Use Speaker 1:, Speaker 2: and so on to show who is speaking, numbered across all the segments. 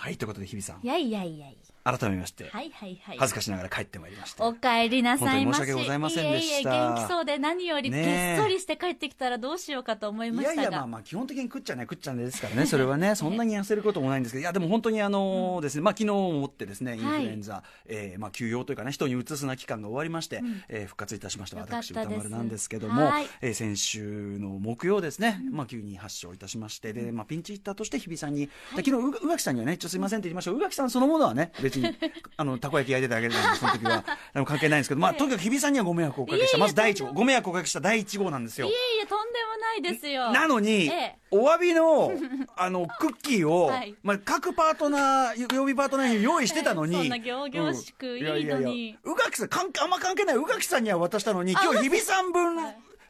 Speaker 1: はいということで日比さん
Speaker 2: いやいやいやい
Speaker 1: 改めまして、
Speaker 2: やはいはいはい
Speaker 1: 恥ずかしながら帰ってまいりました
Speaker 2: お帰りなさいまし
Speaker 1: 本当に申し訳ございませんでした
Speaker 2: いえいえ元気そうで何より
Speaker 1: ねえ
Speaker 2: げっそりして帰ってきたらどうしようかと思いま
Speaker 1: い
Speaker 2: した
Speaker 1: や
Speaker 2: が
Speaker 1: いやまあまあ基本的に食っちゃね食っちゃねですから ねそれはねそんなに痩せることもないんですけどいやでも本当にあのですねまあ昨日をもってですねインフルエンザえーまあ休養というかね人にうつすな期間が終わりましてえー復活いたしました
Speaker 2: よかった
Speaker 1: 私
Speaker 2: です
Speaker 1: 歌丸なんですけども
Speaker 2: はい
Speaker 1: えー先週の木曜ですねまあ急に発症いたしましてでまあピンチヒッターとして日比さんにで昨日う宇垣さんにはねちょっとすいませんって言いましたが宇垣さんそのものはね別 にあのたこ焼き焼いてただけなんでその時はあの関係ないんですけどまあとにかく日比さんにはご迷惑をおかけした
Speaker 2: いえいえ
Speaker 1: まず第一
Speaker 2: とん
Speaker 1: 号
Speaker 2: でも
Speaker 1: ご迷惑をおかけした第一号なんですよ
Speaker 2: いえ。いえとんでもないですよ
Speaker 1: なのに、
Speaker 2: ええ
Speaker 1: お詫び のあのクッキーを、
Speaker 2: はい
Speaker 1: まあ、各パートナー、曜日パートナーに用意してたのに、
Speaker 2: ええそんな仰々しく
Speaker 1: うん
Speaker 2: いいのに
Speaker 1: 宇垣さん関係、あんま関係ない宇垣さんには渡したのに、今日、日比さん分、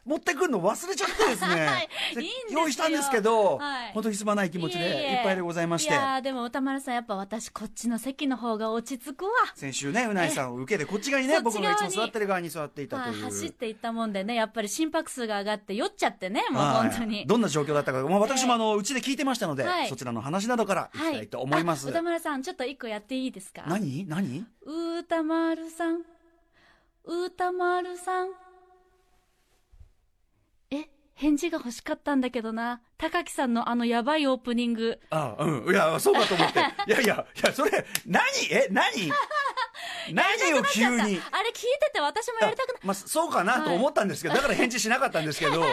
Speaker 1: 持ってくるの忘れちゃってですね、
Speaker 2: はい
Speaker 1: で
Speaker 2: いいんですよ
Speaker 1: 用意したんですけど、
Speaker 2: はい
Speaker 1: 本当にすまない気持ちで
Speaker 2: ええ
Speaker 1: い
Speaker 2: え
Speaker 1: っぱいでございまして。
Speaker 2: いやーでも歌丸さんやっぱ私こっちの席の方が落ち着くわ
Speaker 1: 先週ね、うないさんを受けて、こっち側にね、
Speaker 2: そっ
Speaker 1: 僕
Speaker 2: ち
Speaker 1: が
Speaker 2: 側
Speaker 1: い
Speaker 2: に
Speaker 1: つも座ってる側に座っていた
Speaker 2: は
Speaker 1: と
Speaker 2: い
Speaker 1: いう。
Speaker 2: 走っていったもんでねやっぱり心拍数が上がって酔っちゃってねもう
Speaker 1: はい
Speaker 2: 本当に
Speaker 1: どんな状況だったか、まあ、私もあの、うちで聞いてましたので、
Speaker 2: はい
Speaker 1: そちらの話などからいきたいと思います。
Speaker 2: あ歌丸さんちょっと一個やっていいですか
Speaker 1: 何何
Speaker 2: 歌丸さん歌丸さんえ返事が欲しかったんだけどな高木さんのあのやばいオープニング
Speaker 1: ああうん。いや、そうかと思 って。いやいや、いや、それ、何え、何何を急
Speaker 2: あれ聞
Speaker 1: に
Speaker 2: い。てて私もやりたくな
Speaker 1: まあ、そうかなと思ったんですけど、だから返事しなかったんですけ ど、
Speaker 2: い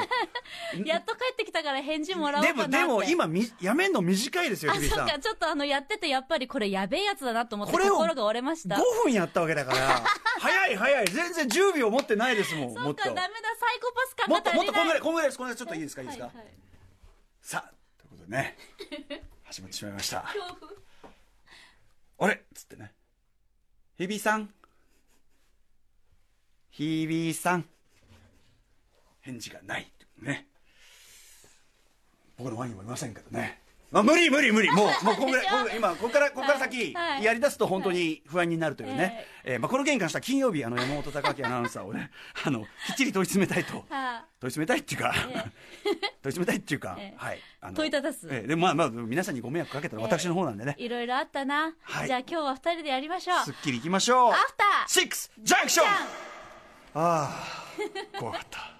Speaker 2: やっと帰ってきたから返事もらおう
Speaker 1: で
Speaker 2: かなっ
Speaker 1: も、
Speaker 2: て
Speaker 1: でも今み、やめんの短いですよ、
Speaker 2: あ
Speaker 1: 日比
Speaker 2: そ
Speaker 1: さ。
Speaker 2: うんかちょっとあのやっててやっぱりこれやべえやつだなと思って
Speaker 1: これを
Speaker 2: 心が折れました
Speaker 1: 5分やったわけだ から、早い早い、全然10秒持ってないですもん、
Speaker 2: そ
Speaker 1: もっ
Speaker 2: う
Speaker 1: と
Speaker 2: かダ。メだサイコパス感
Speaker 1: も
Speaker 2: が
Speaker 1: っと、
Speaker 2: 足
Speaker 1: もっ
Speaker 2: り
Speaker 1: と、こ
Speaker 2: なんい
Speaker 1: ぐらい、こんぐらいです、こんぐらいです、ちょっといいですか、いいですか。
Speaker 2: はいはい
Speaker 1: さあ、ということでね、 始まってしまいました。
Speaker 2: 恐怖
Speaker 1: あれっつってね。日比さん。日比さん。返事がない。ね。僕の前にもいませんけどね。まあ、無理無理無理もう、もう、こんぐらい、こんぐらい今、ここから、ここから先、
Speaker 2: はいはい
Speaker 1: やり出すと本当に不安になるというね。
Speaker 2: はい
Speaker 1: えーまあ、この件に関しては金曜日、あの、山本隆明アナウンサーをね、あの、きっちり問い詰めたいと。
Speaker 2: は
Speaker 1: 問い詰めたいっていうか、 問い詰めたいっていうか、
Speaker 2: ええ
Speaker 1: はい。あの
Speaker 2: 問いただす
Speaker 1: ええで、まあまあ、皆さんにご迷惑かけたら私の方なんでね
Speaker 2: あ、いろいろあったな、
Speaker 1: はい
Speaker 2: じゃあ今日は二人でやりましょう
Speaker 1: すっきりいきましょう。
Speaker 2: アフター
Speaker 1: シックスジャンクション。ああ、怖かった。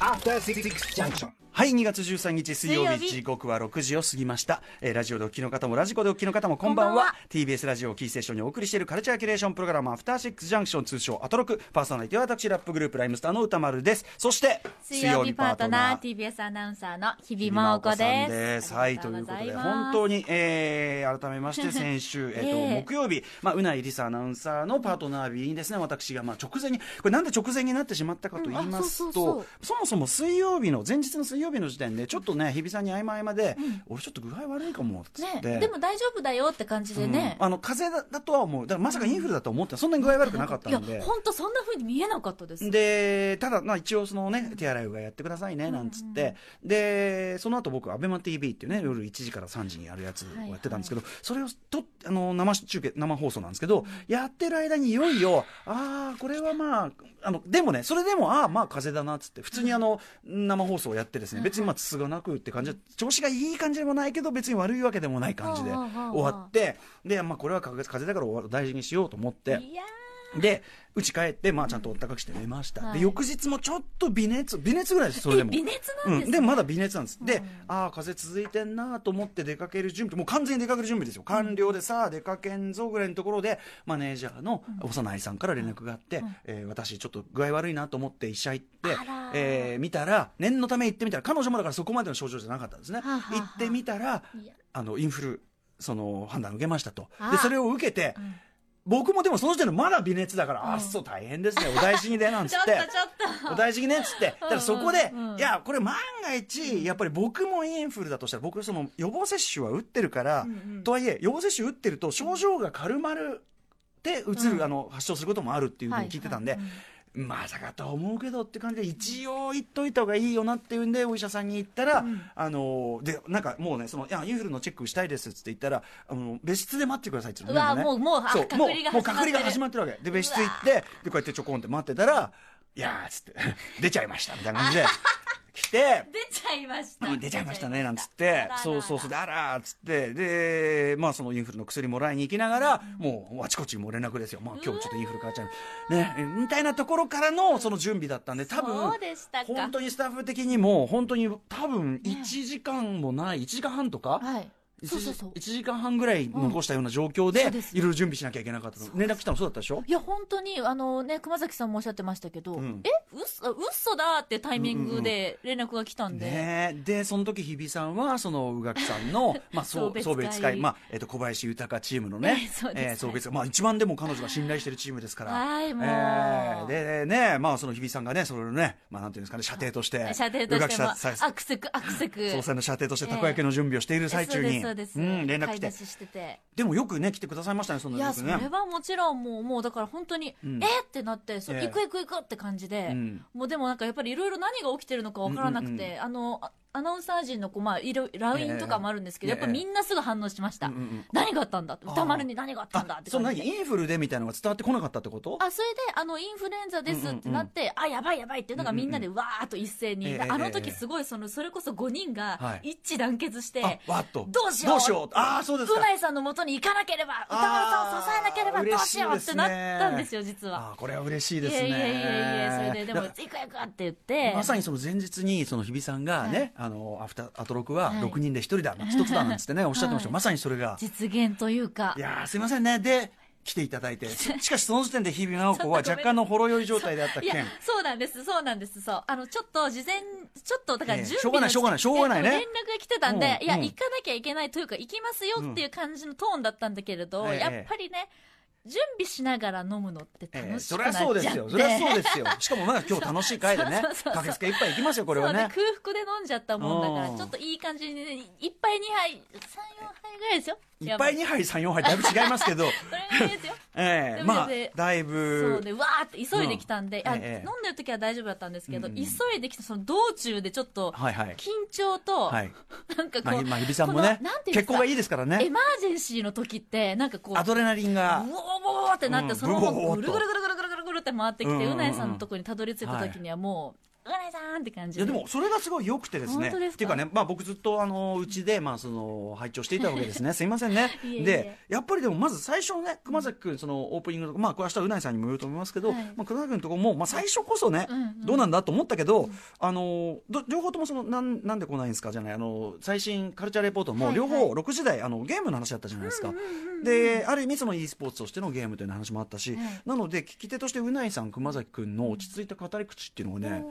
Speaker 3: After Six Junction.
Speaker 1: はい、2月13日水曜
Speaker 2: 水曜
Speaker 1: 日、
Speaker 2: 日
Speaker 1: 時刻は6時を過ぎました。えーラジオでお聞きの方も、ラジコでお聞きの方も、こんばんは。
Speaker 2: こんばんは
Speaker 1: TBS ラジオをキーステーションにお送りしているカルチャーキュレーションプログラム、アフターシックスジャンクション、通称アトロク。パーソナリティは私、ラップグループ、ライムスターの歌丸です。そして、
Speaker 2: 水曜日パートナー
Speaker 1: 水曜日
Speaker 2: TBS アナウンサーの日
Speaker 1: 日
Speaker 2: 比
Speaker 1: 比真
Speaker 2: 真
Speaker 1: 央
Speaker 2: 央
Speaker 1: 子さ
Speaker 2: 子
Speaker 1: ん
Speaker 2: で
Speaker 1: ですす。はい、ということで、本
Speaker 2: に
Speaker 1: 当に、えー、改めま して、先週、えっ、と、
Speaker 2: ええ
Speaker 1: 木曜日、まあ、うないりさアナウンサーのパートナー日にですね、私が、まあ、直前に、これなんで直前になってしまったかと言いますと、
Speaker 2: うんあそう
Speaker 1: そ
Speaker 2: そう
Speaker 1: もそも水曜日の、前日の水曜日の時点で、ちょっとね、日比さんに合間合間で、俺ちょっと具合悪いかも、つって。
Speaker 2: ねでも大丈夫だよって感じでね、
Speaker 1: うんあの、風邪だだとは思う。だからまさかインフルだと思って、そんなに具合悪くなかったん
Speaker 2: い
Speaker 1: で
Speaker 2: や。本当そんな風に見えなかったです
Speaker 1: でただ、まあ、一応その、ね、手洗いうがいやってくださいねなんつって、でその後僕、アベマ t v っていうね夜1時から3時にやるやつをやってたんですけど、それをとあの生中継生放送なんですけど、やってる間にいよいよああ、これはまああのでもねそれでもああまあ風邪だなっつって普通にあの、生放送をやってですね別にまあつすがなくって感じで調子がいい感じでもないけど別に悪いわけでもない感じで
Speaker 2: うんうんうんうん
Speaker 1: 終わってで、まあ、これは風邪だから終わ大事にしようと思って。
Speaker 2: いや
Speaker 1: で、うち帰って、まあ、ちゃんとおったかくして寝ました。
Speaker 2: はい
Speaker 1: で、翌日もちょっと微熱、微熱ぐらいです、それ
Speaker 2: ー
Speaker 1: で
Speaker 2: え
Speaker 1: も。
Speaker 2: 微熱なんです、
Speaker 1: うん、でまだ微熱なんです、でああ風邪続いてんなと思って出かける準備もう完全に出かける準備ですよ完了でさあ出かけんぞぐらいのところでマネージャーの幼いさんから連絡があって、えー私ちょっと具合悪いなと思って医者行って
Speaker 2: あら、
Speaker 1: えー見たら念のため行ってみたら彼女もだからそこまでの症状じゃなかったんですね、
Speaker 2: はあはあ
Speaker 1: 行ってみたら
Speaker 2: いや
Speaker 1: あのインフルその判断を受けましたと
Speaker 2: あ
Speaker 1: で
Speaker 2: あ
Speaker 1: それを受けて、僕もでもその時点でまだ微熱だから、あっそう大変ですねお大事にでなんつ
Speaker 2: ちょ
Speaker 1: っ
Speaker 2: っと
Speaker 1: て
Speaker 2: ちょっと
Speaker 1: お大事にねっつって、だからそこで、
Speaker 2: うんうん
Speaker 1: いや、これ万が一、やっぱり僕もインフルだとしたら、僕、その予防接種は打ってるから、とはいえ、予防接種打ってると、症状が軽まるで、うつる、
Speaker 2: うん
Speaker 1: あの、発症することもあるっていうふうに聞いてたんで、
Speaker 2: はいはい
Speaker 1: まさかとは思うけどって感じで、一応言っといた方がいいよなっていうんで、お医者さんに行ったら、あの、で、なんかもうね、その、いや、インフルのチェックしたいですっつって言ったら、あの、別室で待ってくださいって言のね
Speaker 2: う
Speaker 1: な
Speaker 2: わ
Speaker 1: んかね
Speaker 2: もうもうあ
Speaker 1: そう
Speaker 2: 隔
Speaker 1: もう
Speaker 2: 離が
Speaker 1: もう
Speaker 2: 始
Speaker 1: 隔
Speaker 2: まってる
Speaker 1: 離が始まってるわけ。で、別室行 って、で、こうやってちょこんって待ってたら、いやーっつって、出ちゃいましたみたいな感じで、来て、
Speaker 4: 出ちゃいました。
Speaker 1: 出ちゃいましたねなんつって
Speaker 4: あらあらあら
Speaker 1: そうそうそうであらーっつってでまあそのインフルの薬もらいに行きながらもうあちこちもう連絡ですよまあ今日ちょっとインフル変わっちゃうねえみたいなところからのその準備だったんで多分
Speaker 4: そうでしたか。
Speaker 1: 本当にスタッフ的にも本当に多分1時間もない1時間半とか
Speaker 2: はい。そうそうそう
Speaker 1: 1時間半ぐらい残したような状況で
Speaker 2: うんそうです
Speaker 1: いろいろ準備しなきゃいけなかったの連絡来たのそうだったでしょ
Speaker 2: いや、本当に、あのね、熊崎さんもおっしゃってましたけど、
Speaker 1: うん
Speaker 2: え嘘嘘だってタイミングで連絡が来たんで。
Speaker 1: ねえ、でその時日比さんはその宇垣さん のまあそう
Speaker 4: 送別会
Speaker 1: 送別会、まあえっと小林豊チームのね
Speaker 4: ええそうです
Speaker 1: えー送別会、まあ、一番でも彼女が信頼してるチームですから。
Speaker 2: はい、もう。
Speaker 1: えーでね、まあ、その日比さんがね、それをね、まあ、なんていうんですかね、射程として、
Speaker 2: 射程と
Speaker 1: 宇垣
Speaker 2: しても、
Speaker 1: さんさ
Speaker 2: アクセク、アクセク。
Speaker 1: 総裁の射程として、たこ焼きの準備をしている最中に、
Speaker 2: そうです、そううです。
Speaker 1: ん、連絡来
Speaker 2: 買
Speaker 1: て
Speaker 2: い出、ししてて。
Speaker 1: でもよくね、来てくださいましたね、そん
Speaker 2: い
Speaker 1: な
Speaker 2: や、
Speaker 1: よく
Speaker 2: そ
Speaker 1: ね
Speaker 2: れはもちろんもう、もうだから本当に、
Speaker 1: うん
Speaker 2: えってなって、そう
Speaker 1: ええ
Speaker 2: 行く行く行くって感じで、
Speaker 1: うん
Speaker 2: もうでもなんかやっぱりいろいろ何が起きてるのかわからなくて、
Speaker 1: うんうんう
Speaker 2: あの、あアナウンサー陣のこう、まあ、いろ、LINE とかもあるんですけど、
Speaker 1: ええ
Speaker 2: やっぱみんなすぐ反応しました。
Speaker 1: うんうんうん
Speaker 2: 何があったんだって
Speaker 1: あー
Speaker 2: 歌丸に何があったんだっ
Speaker 1: あ
Speaker 2: て
Speaker 1: その
Speaker 2: 感じ
Speaker 1: 何
Speaker 2: で。
Speaker 1: インフルでみたいなのが伝わってこなかったってこと
Speaker 2: あそれであのインフルエンザですってなって、あやばいやばいっていうのがみんなでわーっと一斉に、
Speaker 1: ええええ
Speaker 2: あの時すごいそのそれこそ5人
Speaker 1: は
Speaker 2: が
Speaker 1: い
Speaker 2: 一致団結して、
Speaker 1: あわっと。
Speaker 2: どうしよう
Speaker 1: どうしよう。ああ、そうです
Speaker 2: う
Speaker 1: か。
Speaker 2: なえさんの元に行かなければ、歌
Speaker 1: あー
Speaker 2: 丸さんを支えなければどうしようってなったんですよ、実は。
Speaker 1: あーこれは嬉しい
Speaker 2: い
Speaker 1: です
Speaker 2: や
Speaker 1: ね
Speaker 2: いやいやいや、それで、でも、
Speaker 1: だ
Speaker 2: 行く行くって言って、
Speaker 1: まさにその前日にその日比さんがね、
Speaker 2: は
Speaker 1: あのアフターアトロクは
Speaker 2: はい
Speaker 1: 6人で1人だ、1つだなんつってねおっしゃってました、
Speaker 2: はい
Speaker 1: まさにそれが
Speaker 2: 実現というか
Speaker 1: い、やーすいませんねで来ていただいてしかしその時点で日比直子は
Speaker 2: ちょ
Speaker 1: 若
Speaker 2: っとごめん
Speaker 1: 干のほろ酔い状態であった
Speaker 2: いや
Speaker 1: 件、
Speaker 2: そうなんです、そうなんです、そう。あの、ちょっと事前、ちょっと、だから
Speaker 1: ええ
Speaker 2: 準備の
Speaker 1: しょうがないしょうがないしょうがないね
Speaker 2: えっと連絡が来てたんで、
Speaker 1: うん
Speaker 2: いや、
Speaker 1: うん
Speaker 2: 行かなきゃいけないというか、行きますよっていう感じのトーンだったんだけれど、
Speaker 1: うんええ
Speaker 2: やっぱりね、準備しながら飲むのって
Speaker 1: え
Speaker 2: 楽
Speaker 1: ー
Speaker 2: し
Speaker 1: そ
Speaker 2: く
Speaker 1: り
Speaker 2: な
Speaker 1: ゃ
Speaker 2: っちゃって、
Speaker 1: そうですよそりゃそう ですよしかもまだ今日楽しい回でね
Speaker 2: そうそうそうそう
Speaker 1: 駆けつけいっぱい行きますよこれはね
Speaker 2: そうね、空腹で飲んじゃったもんだか
Speaker 1: うん
Speaker 2: ら、ちょっといい感じにね、いっぱい2杯、3、4杯ぐらいですよ。
Speaker 1: いっぱい2杯34杯だいぶ違いますけど
Speaker 2: それぐら いですよ。
Speaker 1: ええ
Speaker 2: でも
Speaker 1: まあ
Speaker 2: で
Speaker 1: だい
Speaker 2: そう
Speaker 1: ぶ
Speaker 2: で、わーって急いできたんで、
Speaker 1: うん
Speaker 2: あ
Speaker 1: ええ
Speaker 2: 飲んでる時は大丈夫だったんですけど、
Speaker 1: うんうん
Speaker 2: 急いできたその道中でちょっと、
Speaker 1: はいはい
Speaker 2: 緊張と、
Speaker 1: はい
Speaker 2: なんかこ
Speaker 1: まあ
Speaker 2: う、
Speaker 1: まあ日比さんもね
Speaker 2: このなんていうんで
Speaker 1: 血
Speaker 2: すか
Speaker 1: 行がいいですからね
Speaker 2: エマージェンシーの時って、なんかこう、
Speaker 1: アドレナリン
Speaker 2: う
Speaker 1: が
Speaker 2: おーおーってなっ
Speaker 1: う
Speaker 2: て、
Speaker 1: ん
Speaker 2: そのまま
Speaker 1: ブオーっと
Speaker 2: ぐるぐるぐるぐるぐるぐるぐるって回ってき
Speaker 1: うんうん
Speaker 2: て、
Speaker 1: うん
Speaker 2: うなえさんのとこにたどり着いた時にはもう、うなえさんって感
Speaker 1: い
Speaker 2: じ
Speaker 1: や
Speaker 2: で。
Speaker 1: でもそれがすごい良くてですね
Speaker 2: 本当ですか
Speaker 1: っていうかね、まあ、僕ずっとあのうちで、まあ、その拝聴していたわけ ですねすいませんね
Speaker 2: いえいえ
Speaker 1: でやっぱりでもまず最初ね熊崎君そのオープニングのまあこれ明日うないさんにも言うと思いますけど、
Speaker 2: はい
Speaker 1: まあ、熊崎君のとこも、まあ、最初こそね、
Speaker 2: うんうん
Speaker 1: どうなんだと思ったけど、あのど両方ともそのなんなんで来ないんですかじゃないあの最新カルチャーレポートも
Speaker 2: はいは
Speaker 1: 両
Speaker 2: い
Speaker 1: 方6時台あのゲームの話だったじゃないですか。である意味その e スポーツとしてのゲームという話もあったし、
Speaker 2: はい
Speaker 1: なので聞き手としてうないさん熊崎君の落ち着いた語り口っていうのがね、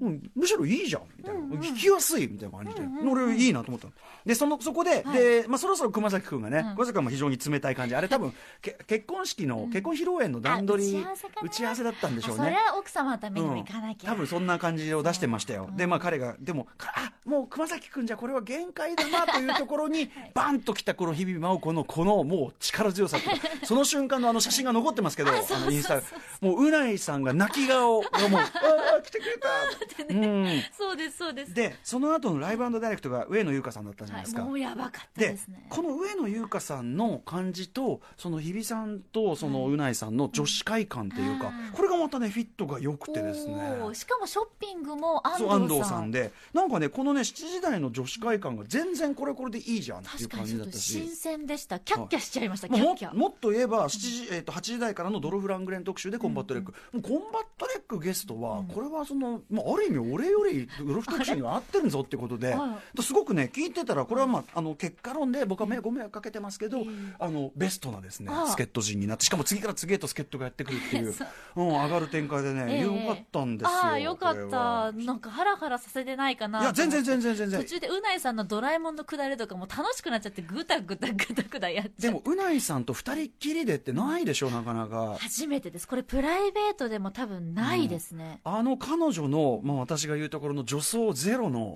Speaker 1: うん、むしろいいじゃんみたいな、聞きやすいみたいな感じで、俺いいなと思ったのでそのそこで,、でまあ、そろそろ熊崎君がね、熊崎君も非常に冷たい感じあれ多 分け結婚式の、結婚披露宴の段取り
Speaker 2: あ打ち合わせかな
Speaker 1: 打ち合わせだったんでしょう
Speaker 2: あそれ
Speaker 1: ね。
Speaker 2: は奥様のためにも
Speaker 1: う
Speaker 2: 行
Speaker 1: ん
Speaker 2: かなきゃ。
Speaker 1: 多分そんな感じを出してましたよ、でまあ彼がでもかあもう熊崎君じゃこれは限界だなというところに、バンときたこの日々真央子のこのもう力強さっていう かその瞬間のあの写真が残ってますけどあのインスタもううないさんが泣き顔が もうああ来てくれたって、うん
Speaker 2: そうです、そうです。
Speaker 1: でその後のライブダイレクトが上野優香さんだったじゃない
Speaker 2: は
Speaker 1: で
Speaker 2: い、
Speaker 1: すか、
Speaker 2: もうやばかった
Speaker 1: で
Speaker 2: ですね。
Speaker 1: この上野優香さんの感じとその日比さんとそのうないさんの女子会感っていうか、
Speaker 2: うん
Speaker 1: これがまたねフィットが良くてですね
Speaker 2: おーしかもショッピングも安
Speaker 1: そう
Speaker 2: 藤さん
Speaker 1: 安藤さんでなんかねこのね7時台の女子会館が全然これこれでいいじゃんってい
Speaker 2: 確
Speaker 1: う
Speaker 2: か
Speaker 1: 感
Speaker 2: に
Speaker 1: じ
Speaker 2: ち
Speaker 1: だ
Speaker 2: ょっ
Speaker 1: っ
Speaker 2: と
Speaker 1: たし
Speaker 2: 新鮮でした。キャッキャしちゃいました、キャ
Speaker 1: も
Speaker 2: ッキャ。
Speaker 1: もっと言えば7時、えー、と8時台からの「ドルフラングレン」特集でコンバットレック、もうコンバットレックゲストはこれはその、まあ、ある意味俺よりドルフ特集には合ってるぞってことで
Speaker 2: は
Speaker 1: ですごくね聞いてたらこれは、まあ、あの結果論で僕はめご迷惑かけてますけど、
Speaker 2: ええ
Speaker 1: あのベストなですね
Speaker 2: ああ
Speaker 1: 助っ人陣になってしかも次から次へと助っ人がやってくるっていう
Speaker 2: そう
Speaker 1: うん、上がる展開でね、
Speaker 2: ええ
Speaker 1: よかったんですよ。
Speaker 2: ああ、よか
Speaker 1: これ
Speaker 2: っ
Speaker 1: は
Speaker 2: た。なんかハラハラさせてないかな。
Speaker 1: いや全然全然全然
Speaker 2: 途中でうないさんのドラえもんのくだりとかも楽しくなっちゃって、ぐたぐたぐたぐたやっち
Speaker 1: で
Speaker 2: ゃう。
Speaker 1: もうないさんと二人っきりでってないでしょなかなか
Speaker 2: 初めてです。これプライベートでも多分ないですね。
Speaker 1: あの彼女の、まあ、私が言うところの女装ゼロ の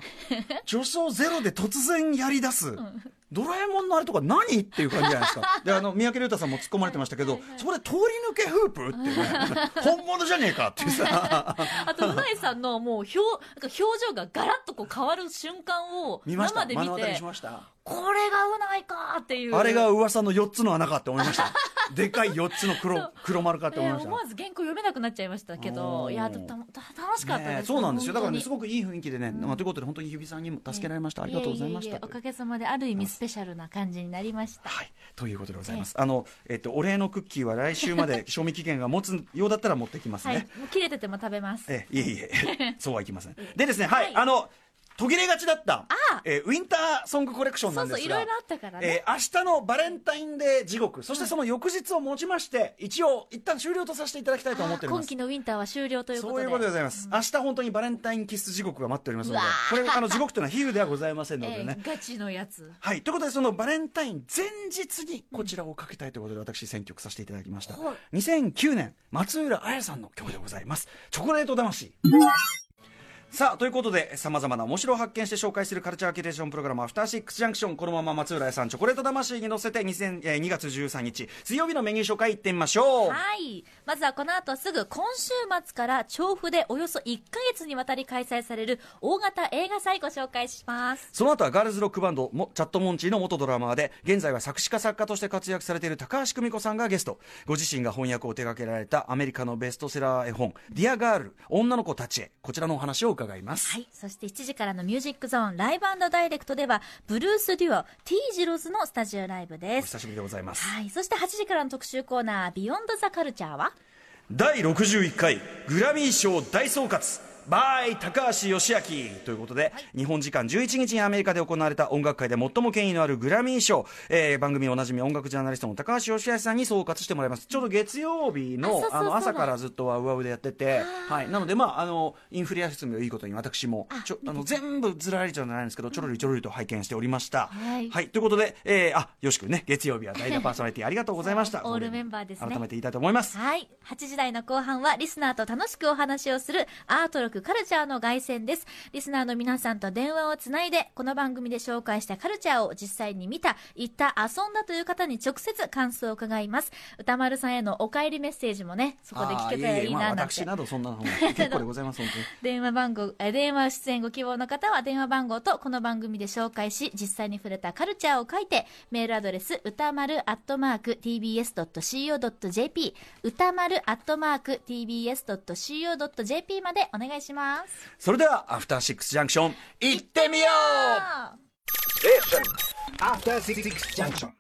Speaker 1: 女装ゼロで突然やり出す、ドラえもんのあれとか何っていう感じじゃないです かであの三宅竜太さんも突っ込まれてましたけど、そこで通り抜けフープっていう ね本物じゃねえかっていうさ
Speaker 2: あと、うないさんのもう表、なんか表情がガラッとこう変わる瞬間を
Speaker 1: 見ました
Speaker 2: 生で見
Speaker 1: 目の当たり
Speaker 2: て
Speaker 1: し、ました
Speaker 2: これがうないかーっていう。
Speaker 1: あれが噂の4つの穴かって思いましたでかい4つの黒黒丸買って思いました
Speaker 2: 思わず原稿読めなくなっちゃいましたけ
Speaker 1: お
Speaker 2: ど、
Speaker 1: ー
Speaker 2: いや、でもたた楽しかった
Speaker 1: ね
Speaker 2: で
Speaker 1: え
Speaker 2: す。
Speaker 1: そうなんですよだからね
Speaker 2: 本
Speaker 1: す
Speaker 2: 当に
Speaker 1: ごくいい雰囲気でね、
Speaker 2: ん
Speaker 1: まあ、ということで本当に日比さんにも助けられました、ありがとうございまし
Speaker 2: ええ
Speaker 1: た
Speaker 2: ええおかげさまである意味スペシャルな感じになりました。
Speaker 1: はい、ということでございます、あの、えっと、お礼のクッキーは来週まで賞味期限が持つようだったら持ってきます
Speaker 2: は
Speaker 1: ね、
Speaker 2: い、もう切れてても食べます。
Speaker 1: えいえいえそうはいきませんでですねはい、
Speaker 2: はい
Speaker 1: あの途切れがちだったえーウィンターソングコレクション
Speaker 2: そ
Speaker 1: な
Speaker 2: うん
Speaker 1: で
Speaker 2: そう、
Speaker 1: す
Speaker 2: い
Speaker 1: が
Speaker 2: ろいろあったからね。
Speaker 1: えー明日のバレンタインデー地獄そしてその翌日をもちまして、一応一旦終了とさせていただきたいと思っておりま
Speaker 2: 今
Speaker 1: す
Speaker 2: 期のウィンターは終了ということ
Speaker 1: そう
Speaker 2: で。
Speaker 1: いうことでございます、明日本当にバレンタインキス地獄が待っておりますので
Speaker 2: うわー
Speaker 1: これあの地獄というのは比喩ではございませんので
Speaker 2: え
Speaker 1: ね、
Speaker 2: えガチのやつ。
Speaker 1: はい、ということでそのバレンタイン前日にこちらをかけたいということで私選曲させていただきました、
Speaker 2: はい
Speaker 1: 2009年松浦彩さんの曲でございます「チョコレート魂」さあということでさまざまな面白を発見して紹介するカルチャーキュレーションプログラム「アフターシックスジャンクション」このまま松浦彩さん「チョコレート魂」に乗せて2000、えー2月13日水曜日のメニュー紹介いってみましょう
Speaker 2: はい。まずはこの後すぐ今週末から調布でおよそ1ヶ月にわたり開催される大型映画祭ご紹介します。
Speaker 1: その後はガールズロックバンドもチャットモンチーの元ドラマーで現在は作詞家作家として活躍されている高橋久美子さんがゲストご自身が翻訳を手掛けられたアメリカのベストセラー絵本「ディアガール女の子たちへ」こちらのお話を伺います、
Speaker 2: はい。そして7時からのミュージックゾーンライブダイレクトでは、ブルースデュオ T ジロズのスタジオライブ
Speaker 1: お
Speaker 2: です。
Speaker 1: 久しぶりでございます
Speaker 2: はい。そして8時からの特集コーナー、ビヨンドザカルチャーは
Speaker 1: 第61回グラミー賞大総括 by 高橋義明ということで、日本時間11日にアメリカで行われた音楽界で最も権威のあるグラミー賞、えー番組おなじみ音楽ジャーナリストの高橋義明さんに総括してもらいますちょうど月曜日
Speaker 2: あそ
Speaker 1: の
Speaker 2: うそうそう
Speaker 1: あの朝からずっとワウワウでやってて、はい、なので、まあ、あのインフレ休みをいいことに私もちょあの全部ずらりじゃないんですけどちょろりちょろりと拝見しておりました。
Speaker 2: はい
Speaker 1: ということで、えーあよしくね月曜日は代打パーソナリティありがとうございまし た。
Speaker 2: オールメンバーですね
Speaker 1: 改めて言いたいと思います。
Speaker 2: はい。8時台の後半は、リスナーと楽しくお話をする、アート力カルチャーの凱旋です。リスナーの皆さんと電話をつないで、この番組で紹介したカルチャーを実際に見た、行った、遊んだという方に直接感想を伺います。歌丸さんへのお帰りメッセージもね、そこで聞けたら
Speaker 1: あーえ
Speaker 2: いいな
Speaker 1: えま
Speaker 2: な
Speaker 1: あ、
Speaker 2: んて。
Speaker 1: 私などそんなのも結構でございます本当に
Speaker 2: 電話番号、え電話出演ご希望の方は電話番号とこの番組で紹介し、実際に触れたカルチャーを書いて、メールアドレス、歌丸アットマーク tbs.co.jp、歌丸アットマーク tbs.co.jp までお願いします。
Speaker 1: それではアフターシックスジャンクション行ってみよう
Speaker 3: After Six Junction.